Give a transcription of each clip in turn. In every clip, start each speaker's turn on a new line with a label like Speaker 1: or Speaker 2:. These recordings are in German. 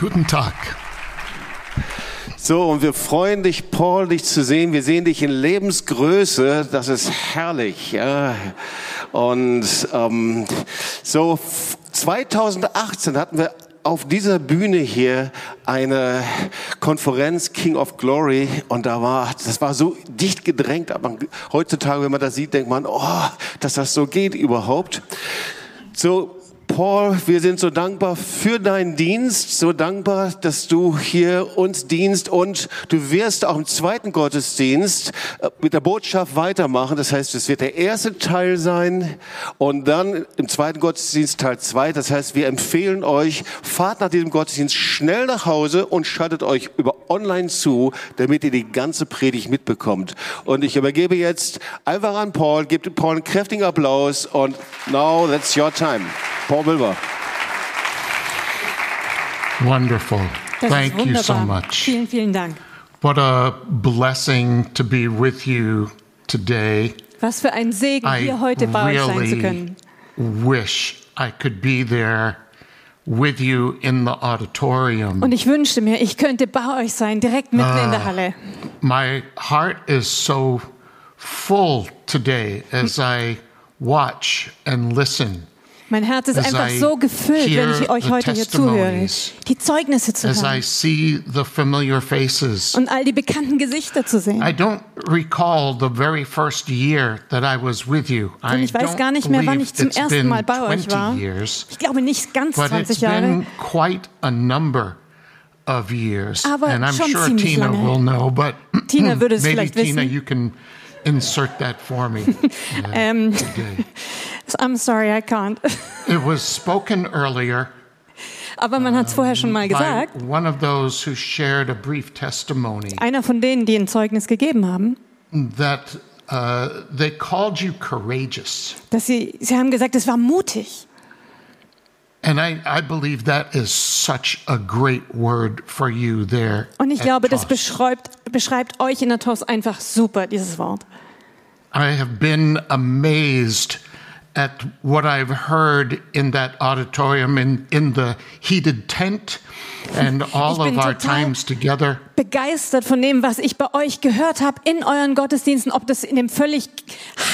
Speaker 1: Guten Tag.
Speaker 2: So, und wir freuen dich, Paul, dich zu sehen. Wir sehen dich in Lebensgröße. Das ist herrlich. Ja. Und ähm, so 2018 hatten wir auf dieser Bühne hier eine Konferenz King of Glory und da war, das war so dicht gedrängt, aber heutzutage, wenn man das sieht, denkt man, oh, dass das so geht überhaupt. So, Paul, wir sind so dankbar für deinen Dienst, so dankbar, dass du hier uns dienst und du wirst auch im zweiten Gottesdienst äh, mit der Botschaft weitermachen. Das heißt, es wird der erste Teil sein und dann im zweiten Gottesdienst Teil zwei. Das heißt, wir empfehlen euch, fahrt nach diesem Gottesdienst schnell nach Hause und schaltet euch über online zu, damit ihr die ganze Predigt mitbekommt. Und ich übergebe jetzt einfach an Paul, gebt Paul einen kräftigen Applaus und now that's your time. Paul Bilber.
Speaker 1: Wonderful.
Speaker 3: Das ist
Speaker 1: Thank you so
Speaker 3: wunderbar.
Speaker 1: much.
Speaker 3: Vielen, vielen Dank.
Speaker 1: What a blessing to be with you today.
Speaker 3: Was für ein Segen, hier
Speaker 1: I
Speaker 3: heute bei euch sein zu
Speaker 1: really
Speaker 3: können.
Speaker 1: wish I could be there with you in the auditorium.
Speaker 3: Und ich wünschte mir, ich könnte bei euch sein, direkt mitten in
Speaker 1: Ah,
Speaker 3: der Halle.
Speaker 1: My heart is so full today as I watch and listen,
Speaker 3: Mein Herz ist
Speaker 1: as
Speaker 3: einfach
Speaker 1: I
Speaker 3: so gefüllt, wenn
Speaker 1: hear
Speaker 3: ich euch
Speaker 1: the
Speaker 3: heute hier zuhöre.
Speaker 1: testimonies,
Speaker 3: Die Zeugnisse zu
Speaker 1: as I
Speaker 3: hören
Speaker 1: see the familiar faces.
Speaker 3: und all die bekannten Gesichter zu sehen.
Speaker 1: I don't recall the very first year that I was with you. I
Speaker 3: ich weiß
Speaker 1: don't
Speaker 3: gar nicht mehr, wann
Speaker 1: believe
Speaker 3: ich zum
Speaker 1: it's
Speaker 3: ersten
Speaker 1: been
Speaker 3: Mal bei euch
Speaker 1: 20
Speaker 3: war.
Speaker 1: Years,
Speaker 3: Ich glaube nicht ganz
Speaker 1: but it's
Speaker 3: 20 Jahre.
Speaker 1: been quite a number of years.
Speaker 3: Aber
Speaker 1: and I'm
Speaker 3: schon
Speaker 1: sure
Speaker 3: ziemlich
Speaker 1: Tina
Speaker 3: lange.
Speaker 1: will know, but
Speaker 3: Tina würde es
Speaker 1: hmm, maybe
Speaker 3: vielleicht
Speaker 1: Tina,
Speaker 3: wissen.
Speaker 1: you can insert that for me. Yeah,
Speaker 3: Ähm,
Speaker 1: today.
Speaker 3: I'm sorry, I can't.
Speaker 1: It was spoken earlier
Speaker 3: Aber man hat es vorher schon mal
Speaker 1: Um, by
Speaker 3: gesagt.
Speaker 1: one of those who shared a brief testimony
Speaker 3: Einer von denen, die ein Zeugnis gegeben haben,
Speaker 1: that uh, they called you courageous.
Speaker 3: dass sie, sie haben gesagt, es war mutig.
Speaker 1: And I, I believe that is such a great word for you there.
Speaker 3: Und ich
Speaker 1: at
Speaker 3: glaube, das
Speaker 1: Trost.
Speaker 3: beschreibt, beschreibt euch in der TOS einfach super, dieses Wort.
Speaker 1: I have been amazed at what I've heard in that auditorium, in, in the heated tent, and all
Speaker 3: bin
Speaker 1: of our
Speaker 3: total-
Speaker 1: times together.
Speaker 3: Begeistert von dem, was ich bei euch gehört habe in euren Gottesdiensten, ob das in dem völlig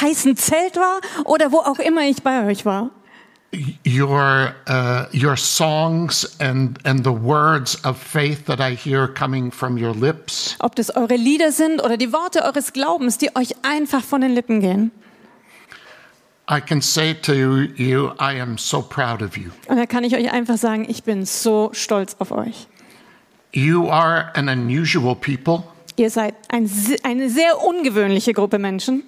Speaker 3: heißen Zelt war oder wo auch immer ich bei euch war.
Speaker 1: Your, uh, your songs and, and the words of faith that I hear coming from your lips.
Speaker 3: Ob das eure Lieder sind oder die Worte eures Glaubens, die euch einfach von den Lippen gehen.
Speaker 1: I can say to you, I am so proud of you.
Speaker 3: Und da kann ich euch einfach sagen, ich bin so stolz auf euch.
Speaker 1: You are an unusual people.
Speaker 3: Ihr seid ein, se- eine sehr ungewöhnliche Gruppe Menschen.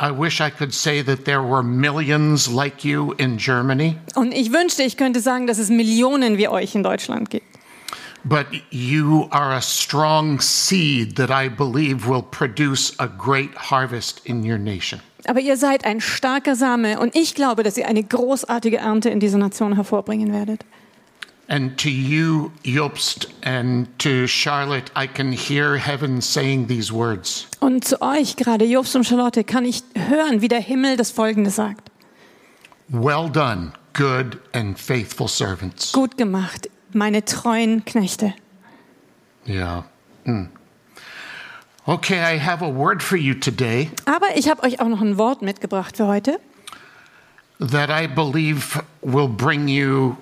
Speaker 1: I wish I could say that there were millions like you in Germany,
Speaker 3: Und ich wünschte, ich könnte sagen, dass es Millionen wie euch in Deutschland gibt.
Speaker 1: but you are a strong seed that I believe will produce a great harvest in your nation.
Speaker 3: Aber ihr seid ein starker Same und ich glaube, dass ihr eine großartige Ernte in dieser Nation hervorbringen werdet.
Speaker 1: And to you, Jobst, and to Charlotte, I can hear heaven saying these words
Speaker 3: Und zu euch gerade, Jobst und Charlotte, kann ich hören, wie der Himmel das Folgende sagt.
Speaker 1: Well done, good and faithful servants.
Speaker 3: Gut gemacht, meine treuen Knechte.
Speaker 1: Yeah. Mm. Okay, I have a word for you today.
Speaker 3: Aber ich habe euch auch noch ein Wort mitgebracht für heute,
Speaker 1: that I believe will bring you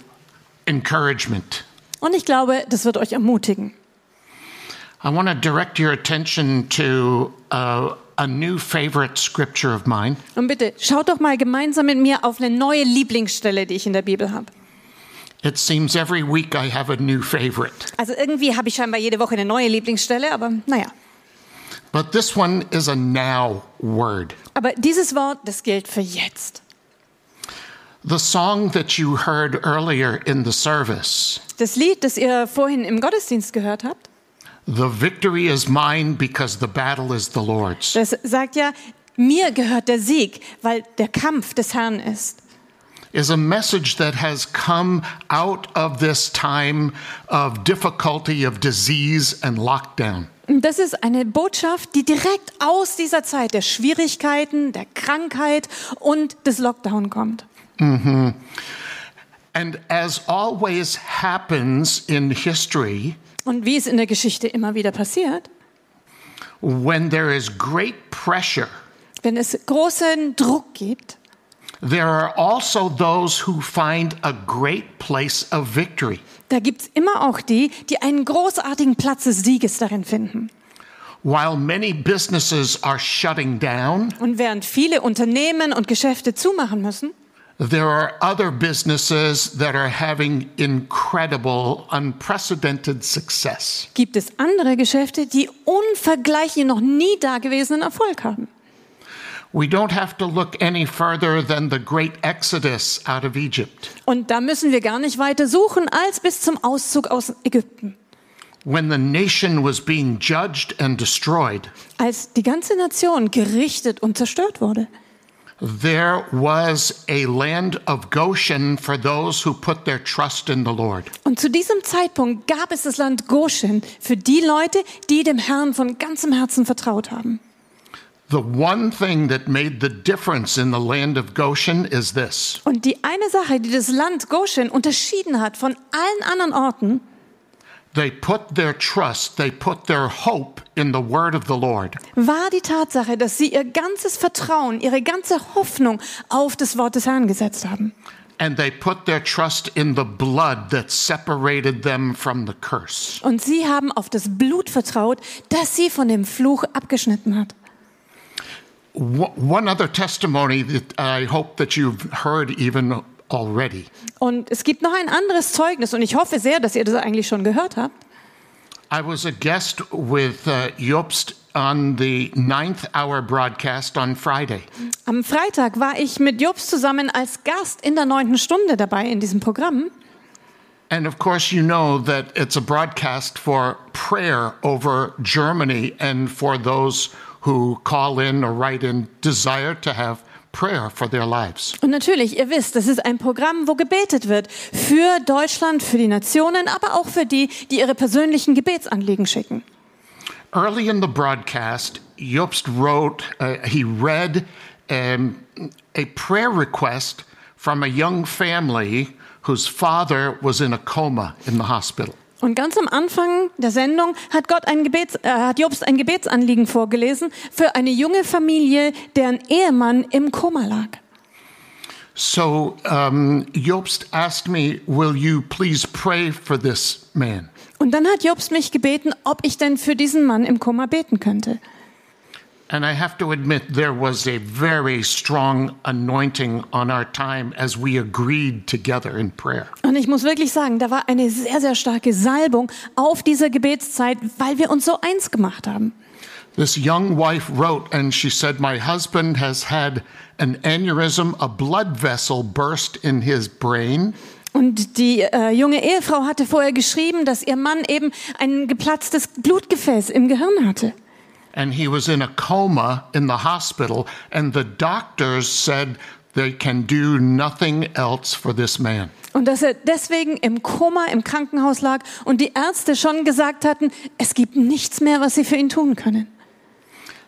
Speaker 1: encouragement.
Speaker 3: und ich glaube, das wird euch ermutigen.
Speaker 1: I want to direct your attention to uh, a new favorite scripture of mine.
Speaker 3: Und bitte, schaut doch mal gemeinsam mit mir auf eine neue Lieblingsstelle, die ich in der Bibel habe.
Speaker 1: It seems every week I have a new favorite,
Speaker 3: Also irgendwie habe ich scheinbar jede Woche eine neue Lieblingsstelle, aber naja.
Speaker 1: but this one is a now word.
Speaker 3: Aber dieses Wort, das gilt für jetzt.
Speaker 1: The song that you heard earlier in the service,
Speaker 3: Das Lied, das ihr vorhin im Gottesdienst gehört habt,
Speaker 1: The Victory is Mine because the Battle is the Lord's.
Speaker 3: das sagt ja, mir gehört der Sieg, weil der Kampf des Herrn ist.
Speaker 1: is a message that has come out of this time of difficulty, of disease, and lockdown.
Speaker 3: Und das ist eine Botschaft, die direkt aus dieser Zeit der Schwierigkeiten, der Krankheit und des Lockdown kommt.
Speaker 1: Mm-hmm. And as always happens in history,
Speaker 3: Und wie es in der Geschichte immer wieder passiert,
Speaker 1: when there is great pressure,
Speaker 3: wenn es großen Druck gibt,
Speaker 1: there are also those who find a great place of victory.
Speaker 3: da gibt es immer auch die, die einen großartigen Platz des Sieges darin finden.
Speaker 1: While many businesses are shutting down,
Speaker 3: Und während viele Unternehmen und Geschäfte zumachen müssen,
Speaker 1: there are other businesses that are having incredible, unprecedented success.
Speaker 3: gibt es andere Geschäfte, die unvergleichlich noch nie dagewesenen Erfolg haben.
Speaker 1: We don't have to look any further than the great exodus out of Egypt.
Speaker 3: Und da müssen wir gar nicht weiter suchen als bis zum Auszug aus Ägypten.
Speaker 1: When the nation was being judged and destroyed,
Speaker 3: Als die ganze Nation gerichtet und zerstört wurde,
Speaker 1: there was a land of Goshen for those who put their trust in the Lord.
Speaker 3: Und zu diesem Zeitpunkt gab es das Land Goshen für die Leute, die dem Herrn von ganzem Herzen vertraut haben.
Speaker 1: The one thing that made the difference in the land of Goshen is this
Speaker 3: Und die eine Sache, die das Land Goshen unterschieden hat von allen anderen Orten,
Speaker 1: they put their trust, they put their hope in the word of the Lord.
Speaker 3: war die Tatsache, dass sie ihr ganzes Vertrauen, ihre ganze Hoffnung auf das Wort des Herrn gesetzt haben.
Speaker 1: And they put their trust in the blood that separated them from the curse.
Speaker 3: Und sie haben auf das Blut vertraut, das sie von dem Fluch abgeschnitten hat.
Speaker 1: Wh- One other testimony that I hope that you've heard even already.
Speaker 3: Und es gibt noch ein anderes Zeugnis, und ich hoffe sehr, dass ihr das eigentlich schon gehört habt.
Speaker 1: I was a guest with uh, Jobst on the ninth hour broadcast on Friday.
Speaker 3: Am Freitag war ich mit Jobs zusammen als Gast in der neunten Stunde dabei in diesem Programm.
Speaker 1: And of course, you know that it's a broadcast for prayer over Germany and for those who call in or write in desire to have prayer for their lives.
Speaker 3: Und natürlich, ihr wisst, das ist ein Programm, wo gebetet wird. Für Deutschland, für die Nationen, aber auch für die, die ihre persönlichen Gebetsanliegen schicken.
Speaker 1: Early in the broadcast, Jobst wrote, uh, he read um, a prayer request from a young family whose father was in a coma in the hospital.
Speaker 3: Und ganz am Anfang der Sendung hat Gott ein Gebets, äh, hat Jobst ein Gebetsanliegen vorgelesen für eine junge Familie, deren Ehemann im Koma lag.
Speaker 1: So um, Jobst asked me, Will you please pray for this man?
Speaker 3: Und dann hat Jobst mich gebeten, ob ich denn für diesen Mann im Koma beten könnte.
Speaker 1: And I have to admit, there was a very strong anointing on our time as we agreed together in prayer.
Speaker 3: Und ich muss wirklich sagen, da war eine sehr, sehr starke Salbung auf dieser Gebetszeit, weil wir uns so eins gemacht haben.
Speaker 1: This young wife wrote and she said, My husband has had an aneurysm, a blood vessel burst in his brain,
Speaker 3: Und die äh, junge Ehefrau hatte vorher geschrieben, dass ihr Mann eben ein geplatztes Blutgefäß im Gehirn hatte.
Speaker 1: and he was in a coma in the hospital. And the doctors said they can do nothing else for this man.
Speaker 3: Und dass er deswegen im Koma im Krankenhaus lag und die Ärzte schon gesagt hatten, es gibt nichts mehr, was sie für ihn tun können.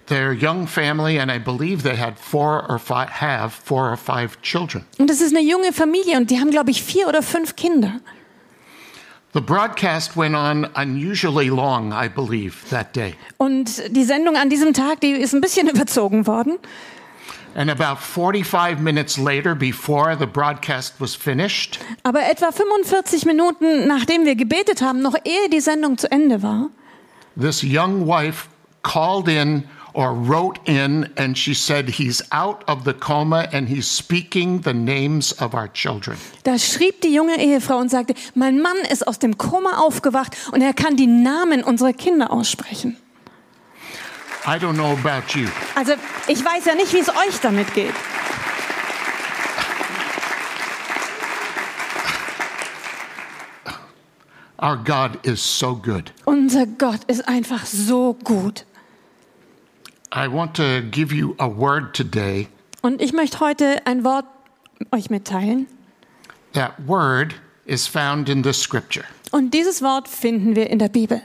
Speaker 1: Their young family, and I believe they had four or five, have four or five children.
Speaker 3: Und es ist eine junge Familie und die haben, glaube ich, vier oder fünf Kinder.
Speaker 1: The broadcast went on unusually long, I believe, that day.
Speaker 3: Und die Sendung an diesem Tag, die ist ein bisschen überzogen worden.
Speaker 1: And about 45 minutes later, before the broadcast was finished,
Speaker 3: Aber etwa 45 Minuten nachdem wir gebetet haben, noch ehe die Sendung zu Ende war,
Speaker 1: this young wife called in or wrote in and she said, He's out of the coma and he's speaking the names of our children.
Speaker 3: da schrieb die junge Ehefrau und sagte, mein Mann ist aus dem Koma aufgewacht und er kann die Namen unserer Kinder aussprechen.
Speaker 1: I don't know about you,
Speaker 3: Also ich weiß ja nicht, wie es euch damit geht.
Speaker 1: our God is so good.
Speaker 3: Unser Gott ist einfach so gut.
Speaker 1: I want to give you a word today.
Speaker 3: Und ich möchte heute ein Wort euch mitteilen.
Speaker 1: That word is found in this scripture.
Speaker 3: Und dieses Wort finden wir in der Bibel.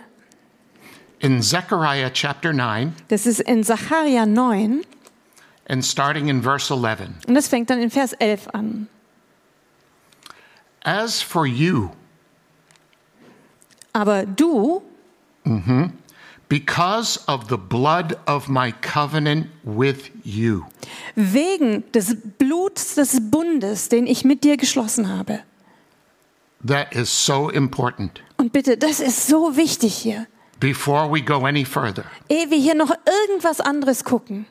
Speaker 1: In Zechariah chapter 9,
Speaker 3: Das ist in Sacharja 9
Speaker 1: and starting in verse 11.
Speaker 3: und das fängt dann in Vers 11 an.
Speaker 1: As for you,
Speaker 3: Aber du,
Speaker 1: because of the blood of my covenant with you.
Speaker 3: wegen des Bluts des Bundes, den ich mit dir geschlossen habe.
Speaker 1: That is so important.
Speaker 3: Und bitte, das ist so wichtig hier.
Speaker 1: Before we go any further,
Speaker 3: Ehe wir hier noch irgendwas anderes gucken.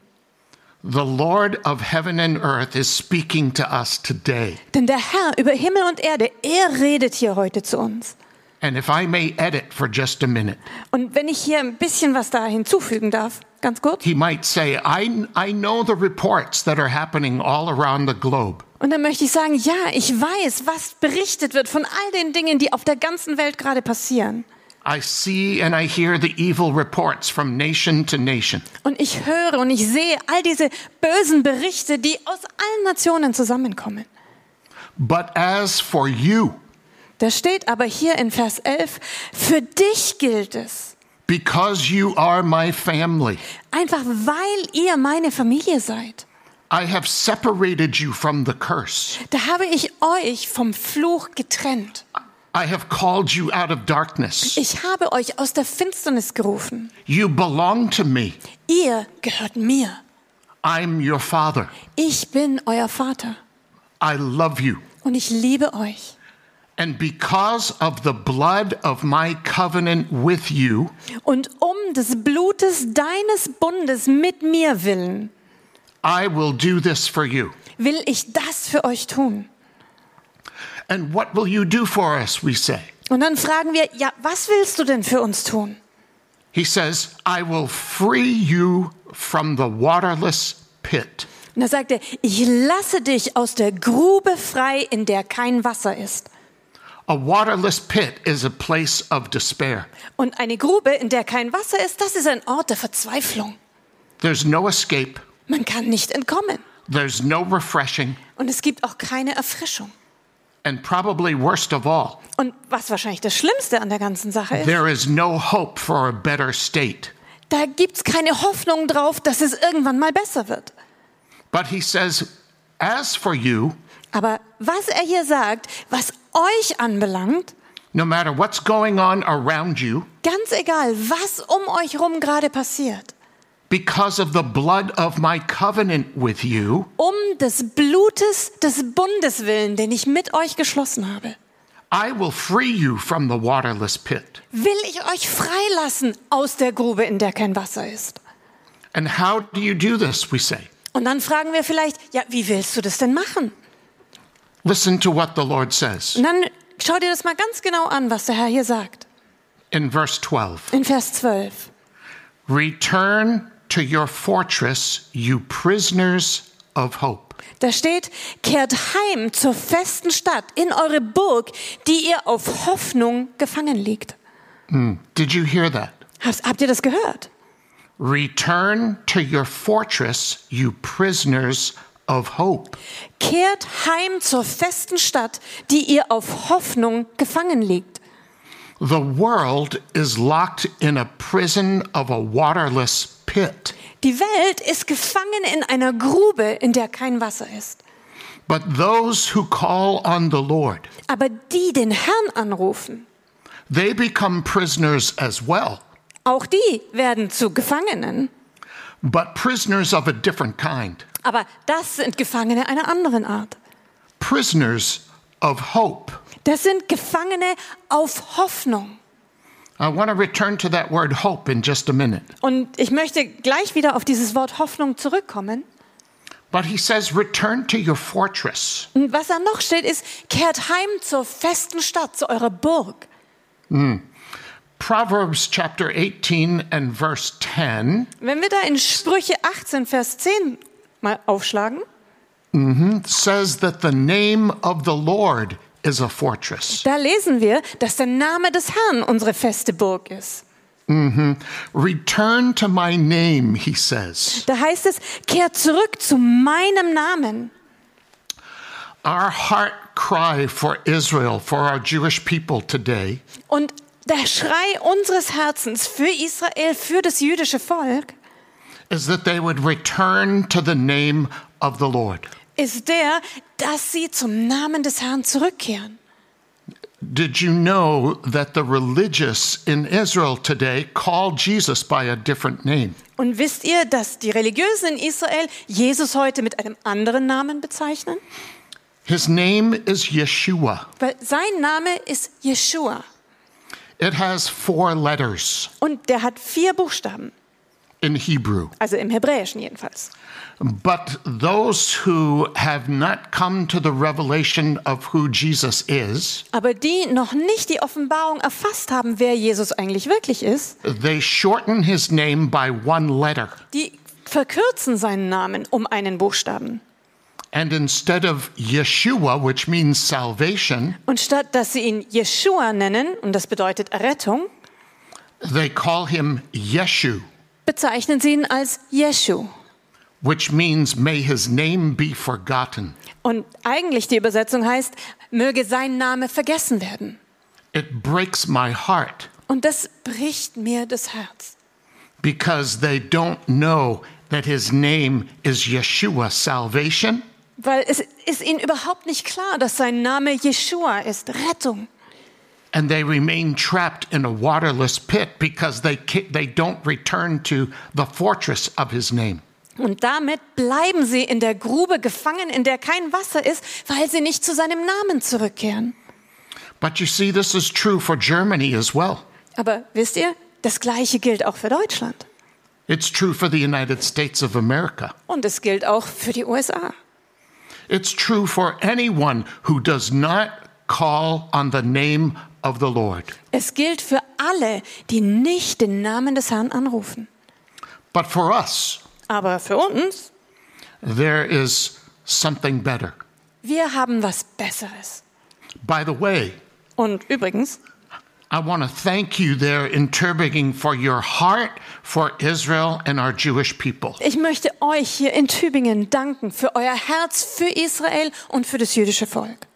Speaker 1: the Lord of heaven and earth is speaking to us today.
Speaker 3: Denn der Herr über Himmel und Erde, er redet hier heute zu uns.
Speaker 1: And if I may edit for just a minute,
Speaker 3: Und wenn ich hier ein bisschen was da hinzufügen darf, ganz kurz.
Speaker 1: he might say, I, I know the reports that are happening all around the globe.
Speaker 3: Und dann möchte ich sagen, ja, ich weiß, was berichtet wird von all den Dingen, die auf der ganzen Welt gerade passieren.
Speaker 1: I see and I hear the evil reports from nation to nation.
Speaker 3: Und ich höre und ich sehe all diese bösen Berichte, die aus allen Nationen zusammenkommen.
Speaker 1: But as for you,
Speaker 3: Da steht aber hier in Vers 11, für dich gilt es,
Speaker 1: because you are my family,
Speaker 3: einfach weil ihr meine Familie seid.
Speaker 1: I have separated you from the curse.
Speaker 3: Da habe ich euch vom Fluch getrennt.
Speaker 1: I have called you out of darkness.
Speaker 3: Ich habe euch aus der Finsternis gerufen.
Speaker 1: You belong to me.
Speaker 3: Ihr gehört mir.
Speaker 1: I'm your father.
Speaker 3: Ich bin euer Vater
Speaker 1: I love you.
Speaker 3: und ich liebe euch.
Speaker 1: And because of the blood of my covenant with you,
Speaker 3: Und um des Blutes deines Bundes mit mir willen,
Speaker 1: I will do this for you.
Speaker 3: will ich das für euch tun.
Speaker 1: And what will you do for us? We say.
Speaker 3: Und dann fragen wir, ja, was willst du denn für uns tun?
Speaker 1: He says, I will free you from the waterless pit.
Speaker 3: Und da sagt er, ich lasse dich aus der Grube frei, in der kein Wasser ist.
Speaker 1: A waterless pit is a place of despair.
Speaker 3: Und eine Grube, in der kein Wasser ist, das ist ein Ort der Verzweiflung.
Speaker 1: There's no escape,
Speaker 3: Man kann nicht entkommen.
Speaker 1: there's no refreshing,
Speaker 3: Und es gibt auch keine Erfrischung.
Speaker 1: and probably worst of all,
Speaker 3: Und was wahrscheinlich das Schlimmste an der ganzen Sache ist,
Speaker 1: there is no hope for a better state.
Speaker 3: da gibt's keine Hoffnung drauf, dass es irgendwann mal besser wird.
Speaker 1: But he says, As for you,
Speaker 3: Aber was er hier sagt, was euch anbelangt,
Speaker 1: no matter what's going on around you,
Speaker 3: ganz egal, was um euch rum gerade passiert,
Speaker 1: because of the blood of my covenant with you,
Speaker 3: um des Blutes des Bundes willen, den ich mit euch geschlossen habe,
Speaker 1: I will free you from the waterless pit.
Speaker 3: will ich euch freilassen aus der Grube, in der kein Wasser ist.
Speaker 1: And how do you do this? We say.
Speaker 3: Und dann fragen wir vielleicht, ja, wie willst du das denn machen?
Speaker 1: Listen to what the Lord says
Speaker 3: Und dann schau dir das mal ganz genau an, was der Herr hier sagt.
Speaker 1: in verse 12
Speaker 3: In Vers 12.
Speaker 1: Return to your fortress, you prisoners of hope.
Speaker 3: Da steht, kehrt heim zur festen Stadt, in eure Burg, die ihr auf Hoffnung gefangen liegt.
Speaker 1: Did you hear that?
Speaker 3: Habt, habt ihr das gehört?
Speaker 1: Return to your fortress, you prisoners of hope.
Speaker 3: Kehrt heim zur festen Stadt, die ihr auf Hoffnung gefangen liegt.
Speaker 1: The world is locked in a prison of a waterless pit,
Speaker 3: Die Welt ist gefangen in einer Grube, in der kein Wasser ist.
Speaker 1: but those who call on the Lord,
Speaker 3: Aber die den Herrn anrufen,
Speaker 1: they become prisoners as well,
Speaker 3: auch die werden zu Gefangenen.
Speaker 1: but prisoners of a different kind.
Speaker 3: Aber das sind Gefangene einer anderen Art.
Speaker 1: Prisoners of hope.
Speaker 3: Das sind Gefangene auf Hoffnung.
Speaker 1: I want to return to that word hope in just a minute.
Speaker 3: Und ich möchte gleich wieder auf dieses Wort Hoffnung zurückkommen.
Speaker 1: But he says, return to your fortress.
Speaker 3: Und was da noch steht, ist, kehrt heim zur festen Stadt, zu eurer Burg.
Speaker 1: Proverbs chapter 18 and verse 10
Speaker 3: Wenn wir da in Sprüche 18, Vers 10 mal aufschlagen,
Speaker 1: says that the name of the Lord is a fortress.
Speaker 3: da lesen wir, dass der Name des Herrn unsere feste Burg ist.
Speaker 1: Return to my name, he says.
Speaker 3: Da heißt es, kehrt zurück zu meinem Namen.
Speaker 1: Our heart cry for Israel, for our Jewish people today,
Speaker 3: Und der Schrei unseres Herzens für Israel, für das jüdische Volk,
Speaker 1: is that they would return to the name of the Lord.
Speaker 3: ist der, dass sie zum Namen des Herrn zurückkehren.
Speaker 1: Did you know that the religious in Israel today call Jesus by a different name?
Speaker 3: Und wisst ihr, dass die Religiösen in Israel Jesus heute mit einem anderen Namen bezeichnen?
Speaker 1: His name is Yeshua.
Speaker 3: Weil sein Name ist Yeshua
Speaker 1: It has four letters
Speaker 3: und der hat vier Buchstaben,
Speaker 1: in Hebrew.
Speaker 3: also im Hebräischen jedenfalls.
Speaker 1: But those who have not come to the revelation of who Jesus is,
Speaker 3: Aber die noch nicht die Offenbarung erfasst haben, wer Jesus eigentlich wirklich ist,
Speaker 1: they shorten his name by one letter.
Speaker 3: die verkürzen seinen Namen um einen Buchstaben.
Speaker 1: And instead of Yeshua, which means salvation,
Speaker 3: Und statt dass sie ihn Yeshua nennen, und das bedeutet Errettung,
Speaker 1: they call him Yeshu,
Speaker 3: bezeichnen sie ihn als Yeshu.
Speaker 1: which means may his name be forgotten.
Speaker 3: Und eigentlich die Übersetzung heißt, möge sein Name vergessen werden.
Speaker 1: It breaks my heart
Speaker 3: Und das bricht mir das Herz,
Speaker 1: because they don't know that his name is Yeshua, salvation,
Speaker 3: weil es ist ihnen überhaupt nicht klar, dass sein Name Yeshua ist, Rettung.
Speaker 1: and they remain trapped in a waterless pit because they, ca- they don't return to the fortress of his name.
Speaker 3: Und damit bleiben sie in der Grube gefangen, in der kein Wasser ist, weil sie nicht zu seinem Namen zurückkehren.
Speaker 1: But you see, this is true for Germany as well.
Speaker 3: Aber wisst ihr, das Gleiche gilt auch für Deutschland.
Speaker 1: It's true for the United States of America.
Speaker 3: Und es gilt auch für die USA.
Speaker 1: It's true for anyone who does not call on the name of the Lord.
Speaker 3: Es gilt für alle, die nicht den Namen des Herrn anrufen.
Speaker 1: But for us,
Speaker 3: Aber für uns,
Speaker 1: there is something better.
Speaker 3: wir haben was Besseres.
Speaker 1: By the way,
Speaker 3: Und übrigens,
Speaker 1: I want to thank you there in Tübingen for your heart for Israel and our Jewish people.
Speaker 3: ich möchte euch hier in Tübingen danken für euer Herz für Israel und für das jüdische Volk.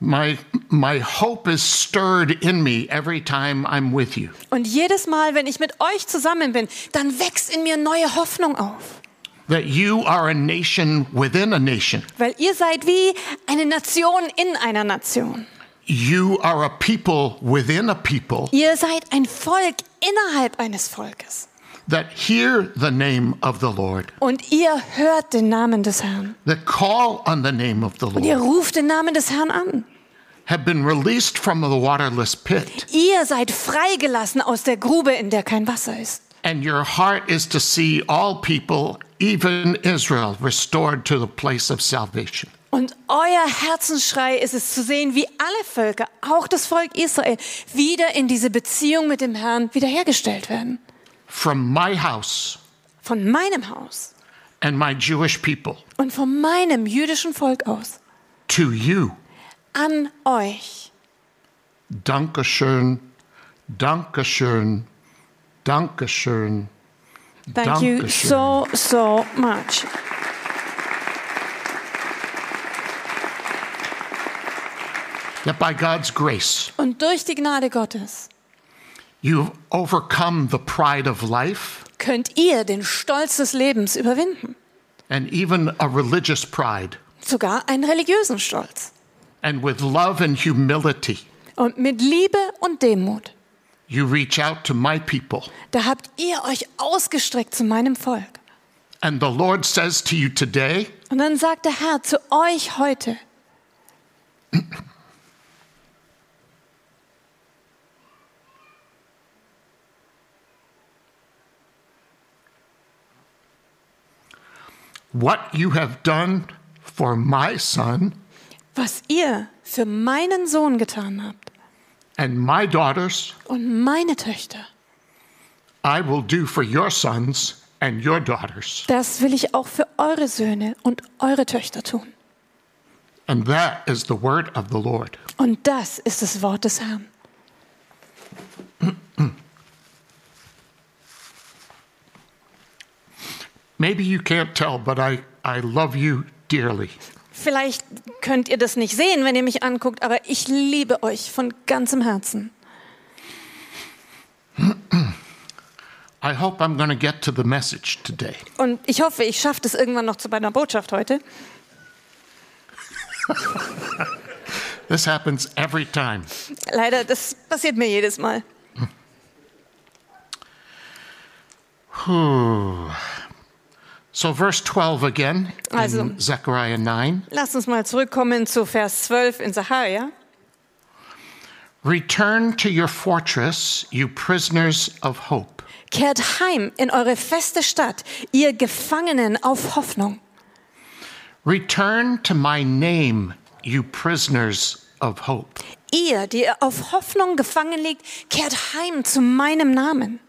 Speaker 1: My, my hope is stirred in me every time I'm with you.
Speaker 3: Und jedes Mal, wenn ich mit euch zusammen bin, dann wächst in mir neue Hoffnung auf.
Speaker 1: That you are a nation within a nation.
Speaker 3: Weil ihr seid wie eine Nation in einer Nation.
Speaker 1: You are a people within a people
Speaker 3: Ihr seid ein Volk innerhalb eines Volkes.
Speaker 1: that hear the name of the Lord,
Speaker 3: Und ihr hört den Namen des Herrn.
Speaker 1: that call on the name of the
Speaker 3: Und ihr
Speaker 1: Lord,
Speaker 3: ruft den Namen des Herrn an.
Speaker 1: have been released from the waterless pit,
Speaker 3: Ihr seid freigelassen aus der Grube, in der kein Wasser ist.
Speaker 1: and your heart is to see all people, even Israel, restored to the place of salvation.
Speaker 3: Und euer Herzensschrei ist es zu sehen, wie alle Völker, auch das Volk Israel, wieder in diese Beziehung mit dem Herrn wiederhergestellt werden.
Speaker 1: From my house
Speaker 3: Von meinem Haus
Speaker 1: and my Jewish people
Speaker 3: und von meinem jüdischen Volk aus.
Speaker 1: to you.
Speaker 3: An euch.
Speaker 1: Dankeschön, Dankeschön, Dankeschön.
Speaker 3: Thank you so, so much.
Speaker 1: That by God's grace,
Speaker 3: Und durch die Gnade Gottes
Speaker 1: You've overcome the pride of life
Speaker 3: könnt ihr den Stolz des Lebens überwinden.
Speaker 1: and even a religious pride,
Speaker 3: Sogar einen religiösen Stolz.
Speaker 1: and with love and humility,
Speaker 3: Und mit Liebe und Demut.
Speaker 1: you reach out to my people.
Speaker 3: Da habt ihr euch ausgestreckt zu meinem Volk.
Speaker 1: And the Lord says to you today,
Speaker 3: Und dann sagt der Herr zu euch heute,
Speaker 1: What you have done for my son
Speaker 3: was ihr für meinen Sohn getan habt
Speaker 1: and my daughters,
Speaker 3: und meine Töchter,
Speaker 1: I will do for your sons and your daughters.
Speaker 3: das will ich auch für eure Söhne und eure Töchter tun.
Speaker 1: And that is the word of the Lord.
Speaker 3: Und das ist das Wort des Herrn.
Speaker 1: Maybe you can't tell, but I, I love you dearly.
Speaker 3: Vielleicht könnt ihr das nicht sehen, wenn ihr mich anguckt, aber ich liebe euch von ganzem Herzen.
Speaker 1: I hope I'm going to get to the message today.
Speaker 3: Und ich hoffe, ich schaffe es irgendwann noch zu meiner Botschaft heute.
Speaker 1: This happens every time.
Speaker 3: Leider, das passiert mir jedes Mal.
Speaker 1: So, verse 12 again in
Speaker 3: Also-
Speaker 1: Zechariah 9.
Speaker 3: Lasst uns mal zurückkommen zu Vers 12 in Sacharja.
Speaker 1: Return to your fortress, you prisoners of hope.
Speaker 3: Kehrt heim in eure feste Stadt, ihr Gefangenen auf Hoffnung.
Speaker 1: Return to my name, you prisoners of hope.
Speaker 3: Ihr, die ihr auf Hoffnung gefangen liegt, kehrt heim zu meinem Namen.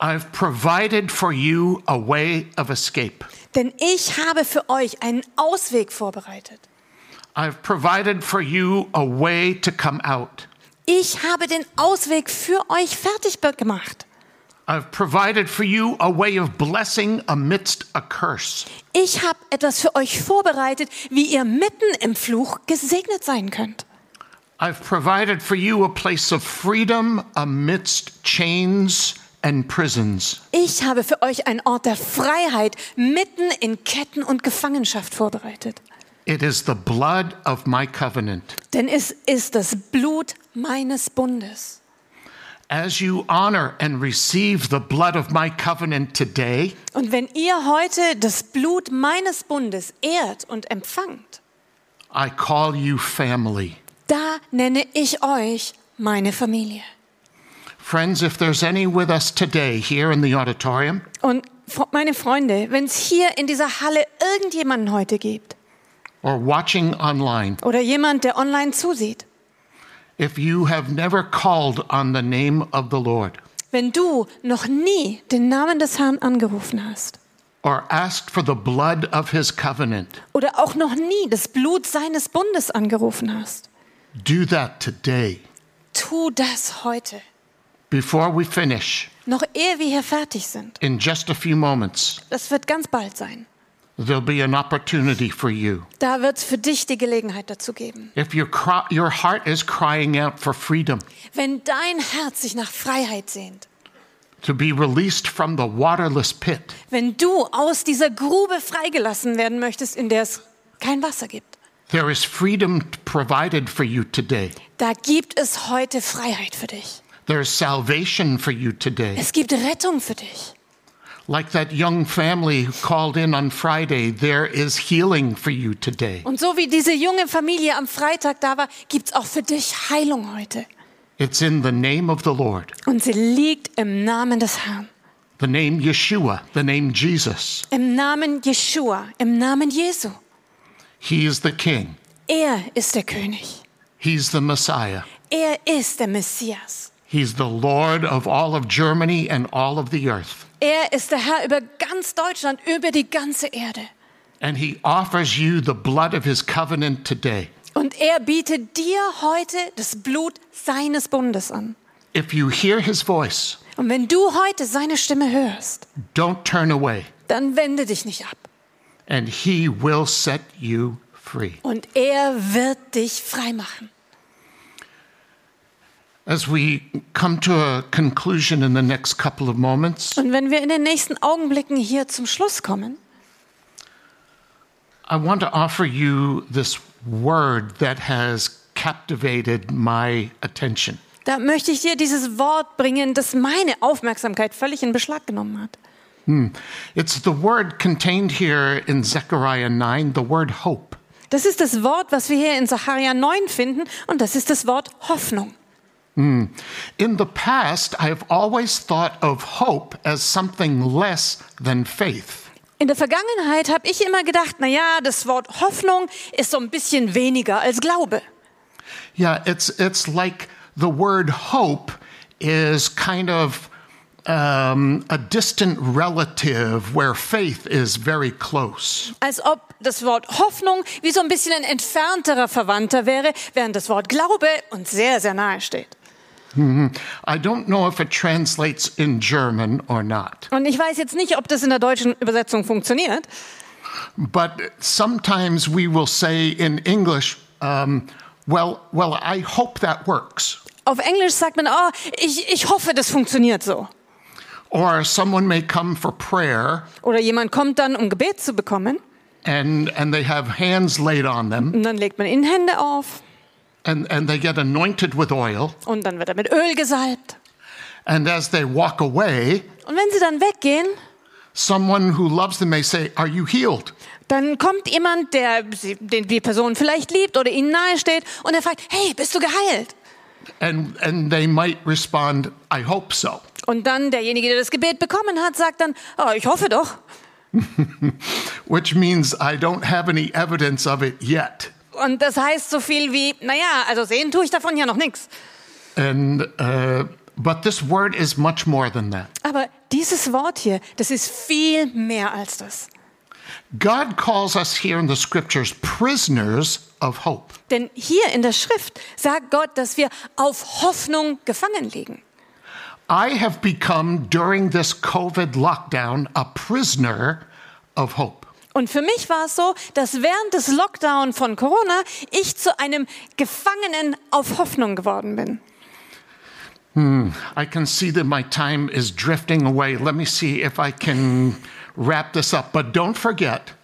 Speaker 1: I've provided for you a way of escape.
Speaker 3: Denn ich habe für euch einen Ausweg vorbereitet.
Speaker 1: I've provided for you a way to come out.
Speaker 3: Ich habe den Ausweg für euch fertig be- gemacht.
Speaker 1: I've provided for you a way of blessing amidst a curse.
Speaker 3: Ich habe etwas für euch vorbereitet, wie ihr mitten im Fluch gesegnet sein könnt.
Speaker 1: I've provided for you a place of freedom amidst chains and prisons.
Speaker 3: Ich habe für euch einen Ort der Freiheit mitten in Ketten und Gefangenschaft vorbereitet.
Speaker 1: It is the blood of my covenant.
Speaker 3: Denn es ist das Blut meines Bundes.
Speaker 1: As you honor and receive the blood of my covenant today,
Speaker 3: Und wenn ihr heute das Blut meines Bundes ehrt und empfangt,
Speaker 1: I call you family.
Speaker 3: da nenne ich euch meine Familie.
Speaker 1: Friends, if there's any with us today here in the auditorium
Speaker 3: Und fr- meine Freunde, wenn es hier in dieser Halle irgendjemanden heute gibt
Speaker 1: or watching online,
Speaker 3: oder jemand, der online zusieht,
Speaker 1: if you have never called on the name of the Lord
Speaker 3: wenn du noch nie den Namen des Herrn angerufen hast
Speaker 1: or asked for the blood of his covenant,
Speaker 3: oder auch noch nie das Blut seines Bundes angerufen hast,
Speaker 1: do that today.
Speaker 3: tu das heute,
Speaker 1: Before we finish,
Speaker 3: noch ehe wir hier fertig sind.
Speaker 1: in just a few moments,
Speaker 3: Das wird ganz bald sein.
Speaker 1: there'll be an opportunity for you.
Speaker 3: Da wird es für dich die Gelegenheit dazu geben.
Speaker 1: If your, cry, your heart is crying out for freedom,
Speaker 3: Wenn dein Herz sich nach Freiheit sehnt,
Speaker 1: to be released from the waterless pit,
Speaker 3: wenn du aus dieser Grube freigelassen werden möchtest, in der es kein Wasser gibt,
Speaker 1: there is freedom provided for you today.
Speaker 3: da gibt es heute Freiheit für dich.
Speaker 1: There is salvation for you today.
Speaker 3: Es gibt Rettung für dich.
Speaker 1: Like that young family who called in on Friday, there is healing for you today.
Speaker 3: Und so wie diese junge Familie am Freitag da war, gibt es auch für dich Heilung heute.
Speaker 1: It's in the name of the Lord,
Speaker 3: Und sie liegt im Namen des Herrn.
Speaker 1: the name Yeshua, the name Jesus.
Speaker 3: Im Namen Jeshua, im Namen Jesu.
Speaker 1: He is the King,
Speaker 3: Er ist der König.
Speaker 1: He's the Messiah.
Speaker 3: Er ist der Messias.
Speaker 1: He's the Lord of all of Germany and all of the earth.
Speaker 3: Er ist der Herr über ganz Deutschland, über die ganze Erde.
Speaker 1: And He offers you the blood of His covenant today.
Speaker 3: Und er bietet dir heute das Blut seines Bundes an.
Speaker 1: If you hear His voice,
Speaker 3: Und wenn du heute seine Stimme hörst,
Speaker 1: don't turn away,
Speaker 3: dann wende dich nicht ab.
Speaker 1: and He will set you free.
Speaker 3: Und er wird dich frei machen.
Speaker 1: As we come to a conclusion in the next couple of moments,
Speaker 3: Und wenn wir in den nächsten Augenblicken hier zum Schluss kommen,
Speaker 1: I want to offer you this word that has captivated my attention.
Speaker 3: da möchte ich dir dieses Wort bringen, das meine Aufmerksamkeit völlig in Beschlag genommen hat.
Speaker 1: It's the word contained here in Zechariah 9, the word hope.
Speaker 3: Das ist das Wort, was wir hier in Sacharja 9 finden, und das ist das Wort Hoffnung.
Speaker 1: In the past, I have always thought of hope as something less than faith.
Speaker 3: In der Vergangenheit habe ich immer gedacht, na ja, das Wort Hoffnung ist so ein bisschen weniger als Glaube.
Speaker 1: Yeah, it's it's like the word hope is kind of um, a distant relative where faith is very close.
Speaker 3: Als ob das Wort Hoffnung wie so ein bisschen ein entfernterer Verwandter wäre, während das Wort Glaube uns sehr, sehr nahe steht.
Speaker 1: I don't know if it translates in German or not,
Speaker 3: Und ich weiß jetzt nicht, ob das in der deutschen Übersetzung funktioniert.
Speaker 1: but sometimes we will say in English, um, "Well, well, I hope that works."
Speaker 3: Auf Englisch sagt man, oh, ich, ich hoffe, das funktioniert so.
Speaker 1: Or someone may come for prayer
Speaker 3: Oder jemand kommt dann, um Gebet zu bekommen,
Speaker 1: and and they have hands laid on them
Speaker 3: und dann legt man ihnen Hände auf.
Speaker 1: and, and they get anointed with oil.
Speaker 3: Und dann wird er mit Öl gesalbt.
Speaker 1: And as they walk away,
Speaker 3: Und wenn sie dann weggehen,
Speaker 1: someone who loves them may say, Are you healed?
Speaker 3: dann kommt jemand, der sie, den die Person vielleicht liebt oder ihnen nahesteht und er fragt, hey, bist du geheilt?
Speaker 1: And, and they might respond, I hope so.
Speaker 3: Und dann derjenige, der das Gebet bekommen hat, sagt dann, oh, ich hoffe doch.
Speaker 1: Which means I don't have any evidence of it yet.
Speaker 3: Und das heißt so viel wie, naja, also sehen tue ich davon ja noch nichts.
Speaker 1: And, uh, but this word is much more than that.
Speaker 3: Aber dieses Wort hier, das ist viel mehr als das.
Speaker 1: God calls us here in the scriptures prisoners of hope.
Speaker 3: Denn hier in der Schrift sagt Gott, dass wir auf Hoffnung gefangen liegen.
Speaker 1: I have become, during this COVID lockdown, a prisoner of hope.
Speaker 3: Und für mich war es so, dass während des Lockdown von Corona ich zu einem Gefangenen auf Hoffnung geworden bin.
Speaker 1: I can see that my time is drifting away. Let me see if I can wrap this up. But don't forget,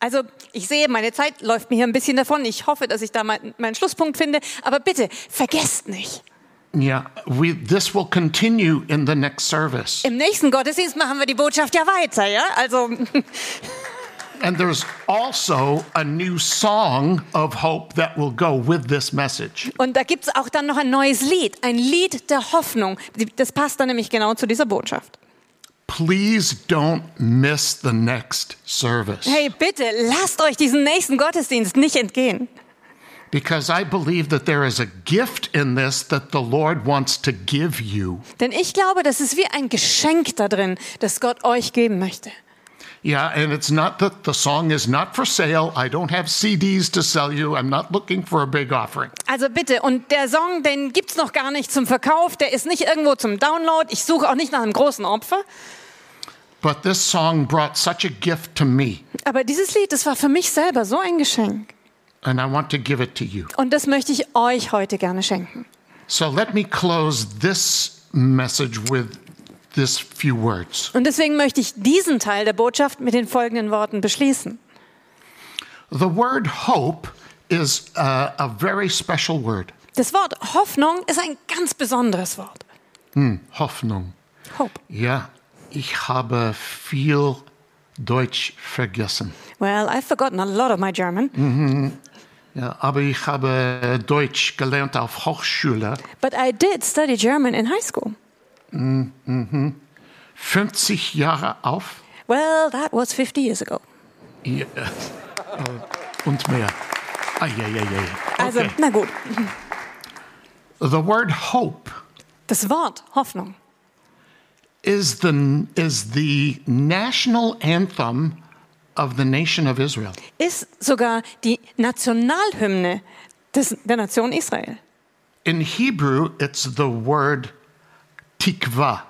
Speaker 3: Also ich sehe, meine Zeit läuft mir hier ein bisschen davon. Ich hoffe, dass ich da mein, meinen Schlusspunkt finde. Aber bitte, vergesst nicht.
Speaker 1: yeah, we, this will continue in the next service.
Speaker 3: Im nächsten Gottesdienst machen wir die Botschaft ja weiter, ja? Also
Speaker 1: And there's also a new song of hope that will go with this message.
Speaker 3: und da gibt's auch dann noch ein neues Lied, ein Lied der Hoffnung. Das passt dann nämlich genau zu dieser Botschaft.
Speaker 1: Please don't miss the next service
Speaker 3: Hey, bitte, lasst euch diesen nächsten Gottesdienst nicht entgehen.
Speaker 1: because I believe that there is a gift in this that the Lord wants to give you.
Speaker 3: Denn ich glaube, das ist wie ein Geschenk da drin, das Gott euch geben möchte.
Speaker 1: Yeah, and it's not that the song is not for sale. I don't have CDs to sell you. I'm not looking for a big offering.
Speaker 3: Also bitte, und der Song, den gibt's noch gar nicht zum Verkauf, der ist nicht irgendwo zum Download. Ich suche auch nicht nach einem großen Opfer.
Speaker 1: But this song brought such a gift to me,
Speaker 3: Aber dieses Lied, das war für mich selber so ein Geschenk.
Speaker 1: and I want to give it to you.
Speaker 3: Und das möchte ich euch heute gerne schenken.
Speaker 1: So let me close this message with this few words.
Speaker 3: Und deswegen möchte ich diesen Teil der Botschaft mit den folgenden Worten beschließen.
Speaker 1: The word hope is a, a very special word.
Speaker 3: Das Wort Hoffnung ist ein ganz besonderes Wort.
Speaker 1: Hoffnung.
Speaker 3: Hope.
Speaker 1: Ja, ich habe viel Deutsch vergessen.
Speaker 3: Well, I've forgotten a lot of my German,
Speaker 1: Ja, aber ich habe Deutsch gelernt auf Hochschule.
Speaker 3: but I did study German in high school.
Speaker 1: 50 Jahre auf
Speaker 3: Well, that was 50 years ago.
Speaker 1: ja, äh, und mehr. Ah, ja, ja, ja, ja.
Speaker 3: Also,
Speaker 1: Okay.
Speaker 3: na gut.
Speaker 1: The word hope
Speaker 3: Das Wort Hoffnung
Speaker 1: is the, is the national anthem of the nation of Israel.
Speaker 3: ist sogar die Nationalhymne des, der Nation Israel.
Speaker 1: In Hebrew, it's the word tikva.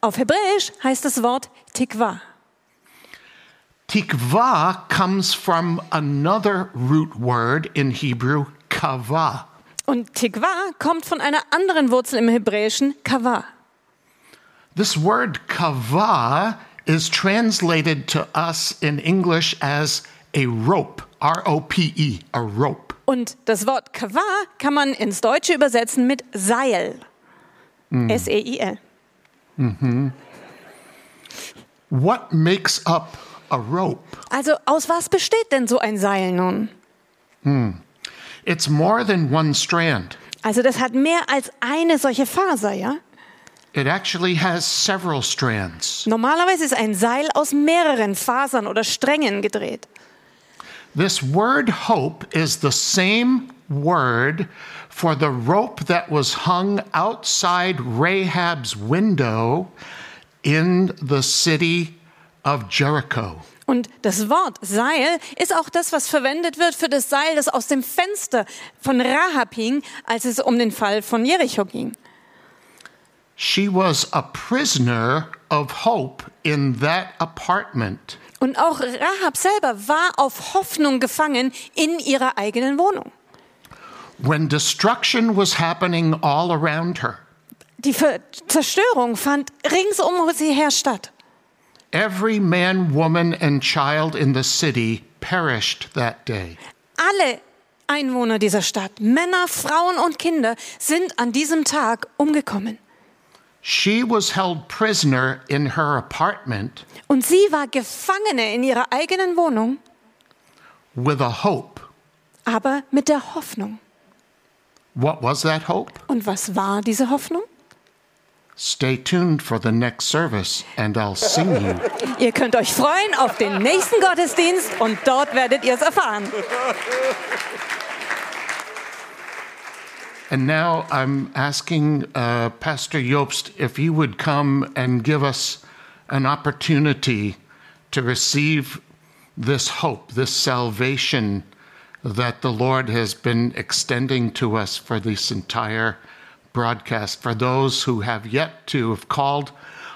Speaker 3: Auf Hebräisch heißt das Wort Tikva.
Speaker 1: Tikva comes from another root word in Hebrew, kava.
Speaker 3: Und Tikva kommt von einer anderen Wurzel im Hebräischen, Kava.
Speaker 1: This word kava is translated to us in English as a rope, R O P E, a rope.
Speaker 3: Und das Wort Kava kann man ins Deutsche übersetzen mit Seil. E S-E-I-L.
Speaker 1: What makes up a rope?
Speaker 3: Also aus was besteht denn so ein Seil nun?
Speaker 1: It's more than one strand,
Speaker 3: Also das hat mehr als eine solche Faser, ja?
Speaker 1: it actually has several strands.
Speaker 3: Normalerweise ist ein Seil aus mehreren Fasern oder Strängen gedreht.
Speaker 1: This word hope is the same word for the rope that was hung outside Rahab's window in the city of Jericho.
Speaker 3: Und das Wort Seil ist auch das, was verwendet wird für das Seil, das aus dem Fenster von Rahab hing, als es um den Fall von Jericho ging.
Speaker 1: She was a prisoner of hope in that apartment.
Speaker 3: Und auch Rahab selber war auf Hoffnung gefangen in ihrer eigenen Wohnung.
Speaker 1: When destruction was happening all around her,
Speaker 3: Die Ver Zerstörung fand ringsum um sie her statt.
Speaker 1: every man, woman, and child in the city perished that day.
Speaker 3: Alle Einwohner dieser Stadt, Männer, Frauen und Kinder, sind an diesem Tag umgekommen.
Speaker 1: She was held prisoner in her apartment
Speaker 3: Und sie war Gefangene in ihrer eigenen Wohnung,
Speaker 1: with a hope.
Speaker 3: aber mit der Hoffnung.
Speaker 1: What was that hope?
Speaker 3: Und was war diese Hoffnung?
Speaker 1: Stay tuned for the next service and I'll sing you.
Speaker 3: Ihr könnt euch freuen auf den nächsten Gottesdienst und dort werdet ihr es erfahren.
Speaker 1: And now I'm asking uh, Pastor Jobst if he would come and give us an opportunity to receive this hope, this salvation that the Lord has been extending to us for this entire broadcast. For those who have yet to have called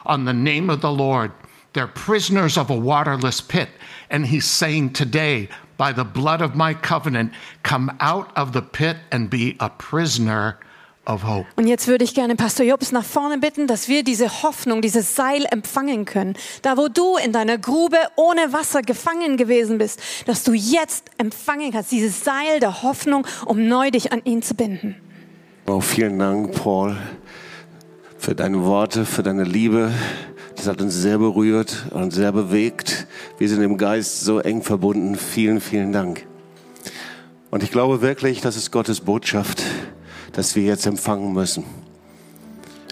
Speaker 1: on the name of the Lord, they're prisoners of a waterless pit. And he's saying today, by the blood of my covenant, come out of the pit and be a prisoner of hope.
Speaker 3: Und jetzt würde ich gerne Pastor Jobs nach vorne bitten, dass wir diese Hoffnung, dieses Seil empfangen können. Da, wo du in deiner Grube ohne Wasser gefangen gewesen bist, dass du jetzt empfangen kannst, dieses Seil der Hoffnung, um neu dich an ihn zu binden.
Speaker 2: Oh, vielen Dank, Paul, für deine Worte, für deine Liebe. Das hat uns sehr berührt und sehr bewegt. Wir sind im Geist so eng verbunden. Vielen, vielen Dank. Und ich glaube wirklich, das ist Gottes Botschaft, dass wir jetzt empfangen müssen.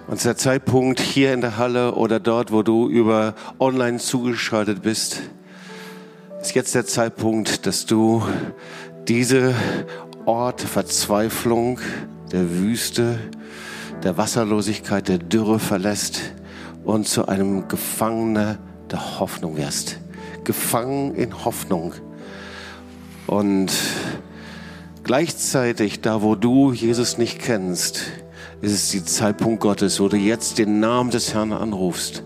Speaker 2: Und der Zeitpunkt hier in der Halle oder dort, wo du über online zugeschaltet bist, ist jetzt der Zeitpunkt, dass du diese Ort Verzweiflung, der Wüste, der Wasserlosigkeit, der Dürre verlässt und zu einem Gefangener der Hoffnung wirst. Gefangen in Hoffnung. Und gleichzeitig, da wo du Jesus nicht kennst, ist es die Zeitpunkt Gottes, wo du jetzt den Namen des Herrn anrufst.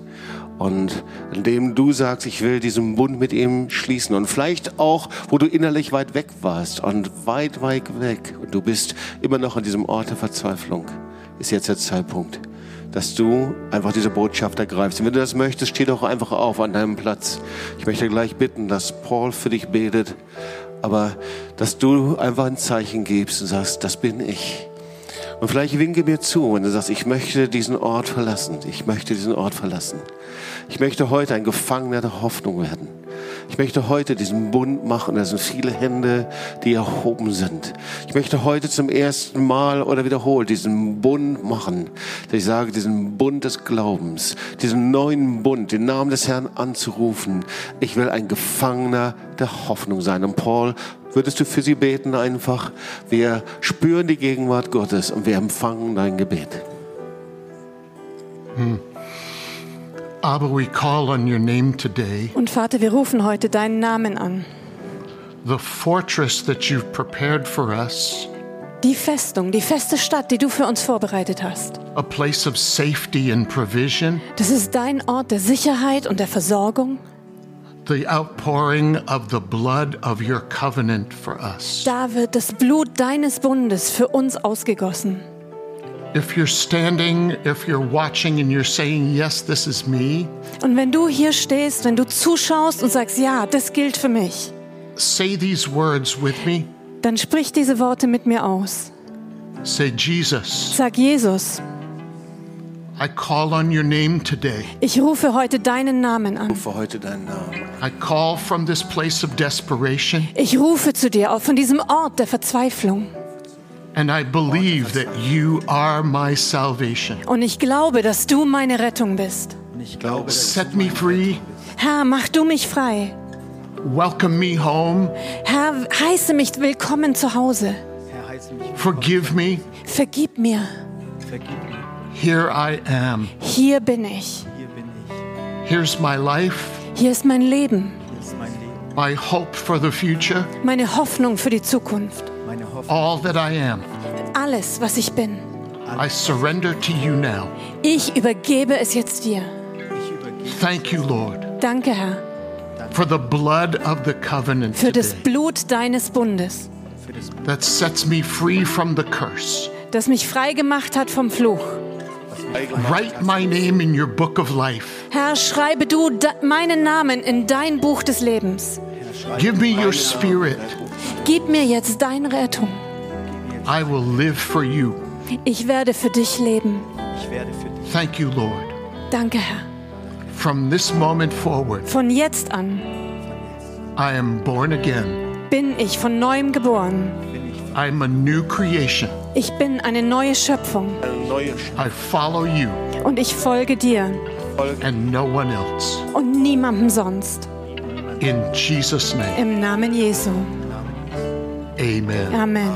Speaker 2: Und indem du sagst, ich will diesen Bund mit ihm schließen. Und vielleicht auch, wo du innerlich weit weg warst und weit, weit weg. Und du bist immer noch an diesem Ort der Verzweiflung. Ist jetzt der Zeitpunkt, dass du einfach diese Botschaft ergreifst. Und wenn du das möchtest, steh doch einfach auf an deinem Platz. Ich möchte gleich bitten, dass Paul für dich betet. Aber dass du einfach ein Zeichen gibst und sagst, das bin ich. Und vielleicht winke mir zu, wenn du sagst, ich möchte diesen Ort verlassen. Ich möchte diesen Ort verlassen. Ich möchte heute ein Gefangener der Hoffnung werden. Ich möchte heute diesen Bund machen. Da sind viele Hände, die erhoben sind. Ich möchte heute zum ersten Mal oder wiederholt diesen Bund machen. Dass ich sage, diesen Bund des Glaubens, diesen neuen Bund, den Namen des Herrn anzurufen. Ich will ein Gefangener der Hoffnung sein. Und Paul, würdest du für sie beten einfach? Wir spüren die Gegenwart Gottes und wir empfangen dein Gebet.
Speaker 1: Abba, we call on your name today,
Speaker 3: Und Vater, wir rufen heute deinen Namen an.
Speaker 1: the fortress that you've prepared for us,
Speaker 3: Die Festung, die feste Stadt, die du für uns vorbereitet hast.
Speaker 1: a place of safety and provision,
Speaker 3: Das ist dein Ort der Sicherheit und der Versorgung.
Speaker 1: the outpouring of the blood of your covenant for us.
Speaker 3: Da wird das Blut deines Bundes für uns ausgegossen.
Speaker 1: If you're standing, if you're watching and you're saying, Yes, this is me,
Speaker 3: Und wenn du hier stehst, wenn du zuschaust und sagst, ja, das gilt für mich,
Speaker 1: say these words with me.
Speaker 3: dann sprich diese Worte mit mir aus.
Speaker 1: Say, Jesus,
Speaker 3: Sag Jesus,
Speaker 1: I call on your name today.
Speaker 3: ich rufe heute deinen Namen an.
Speaker 2: Für heute deinen Namen.
Speaker 1: I call from this place of desperation,
Speaker 3: Ich rufe zu dir auch von diesem Ort der Verzweiflung.
Speaker 1: and I believe that you are my salvation.
Speaker 3: Und ich glaube, dass du meine Rettung bist.
Speaker 4: Ich glaube,
Speaker 1: Set me free,
Speaker 3: Herr, mach du mich frei.
Speaker 1: welcome me home,
Speaker 3: Herr, heiße mich willkommen zu Hause.
Speaker 4: Herr, heiße mich
Speaker 1: forgive me.
Speaker 3: Vergib mir.
Speaker 4: vergib mir.
Speaker 1: Here I am.
Speaker 3: Hier bin ich.
Speaker 4: Hier bin ich.
Speaker 1: Here's my life,
Speaker 3: Hier ist mein Leben,
Speaker 4: Hier ist mein Leben,
Speaker 1: my hope for the future,
Speaker 3: meine Hoffnung für die Zukunft.
Speaker 4: meine Hoffnung.
Speaker 1: all that I am.
Speaker 3: Alles, was ich bin.
Speaker 1: I surrender to you now.
Speaker 3: Ich übergebe es jetzt dir.
Speaker 4: Ich übergebe
Speaker 1: Thank you, Lord.
Speaker 3: Danke, Herr,
Speaker 1: for the blood of the covenant
Speaker 3: für das
Speaker 1: today
Speaker 3: Blut deines Bundes,
Speaker 4: für das Blut,
Speaker 1: that sets me free from the curse.
Speaker 3: das mich frei gemacht hat vom Fluch.
Speaker 1: Write my name in your book of life.
Speaker 3: Herr, schreibe du da meinen Namen in dein Buch des Lebens.
Speaker 4: Herr, schreibe
Speaker 1: Give me your spirit.
Speaker 3: Gib mir jetzt deine Rettung.
Speaker 1: I will live for you.
Speaker 3: Ich werde für dich leben.
Speaker 4: Ich werde für dich.
Speaker 1: Thank you, Lord.
Speaker 3: Danke, Herr.
Speaker 1: From this moment forward,
Speaker 3: Von jetzt an
Speaker 1: I am born again.
Speaker 3: bin ich von neuem geboren.
Speaker 1: I'm a new creation.
Speaker 3: Ich bin eine neue Schöpfung
Speaker 4: Eine neue Sch-
Speaker 1: I follow you
Speaker 3: und ich folge dir
Speaker 1: and no one else.
Speaker 3: und niemandem sonst.
Speaker 1: In Jesus' name,
Speaker 3: Im Namen Jesu.
Speaker 1: amen.
Speaker 3: Amen.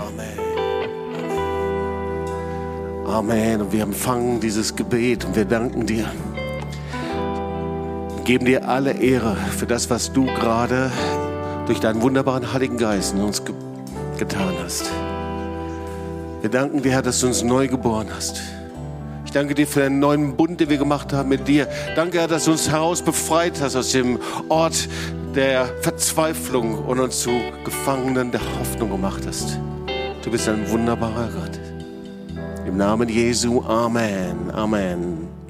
Speaker 2: Amen. Und wir empfangen dieses Gebet und wir danken dir. Geben dir alle Ehre für das, was du gerade durch deinen wunderbaren Heiligen Geist in uns ge getan hast. Wir danken dir, Herr, dass du uns neu geboren hast. Ich danke dir für den neuen Bund, den wir gemacht haben mit dir. Danke, Herr, dass du uns heraus befreit hast aus dem Ort der Verzweiflung und uns zu Gefangenen der Hoffnung gemacht hast. Du bist ein wunderbarer Gott. Im Namen Jesu, Amen, Amen.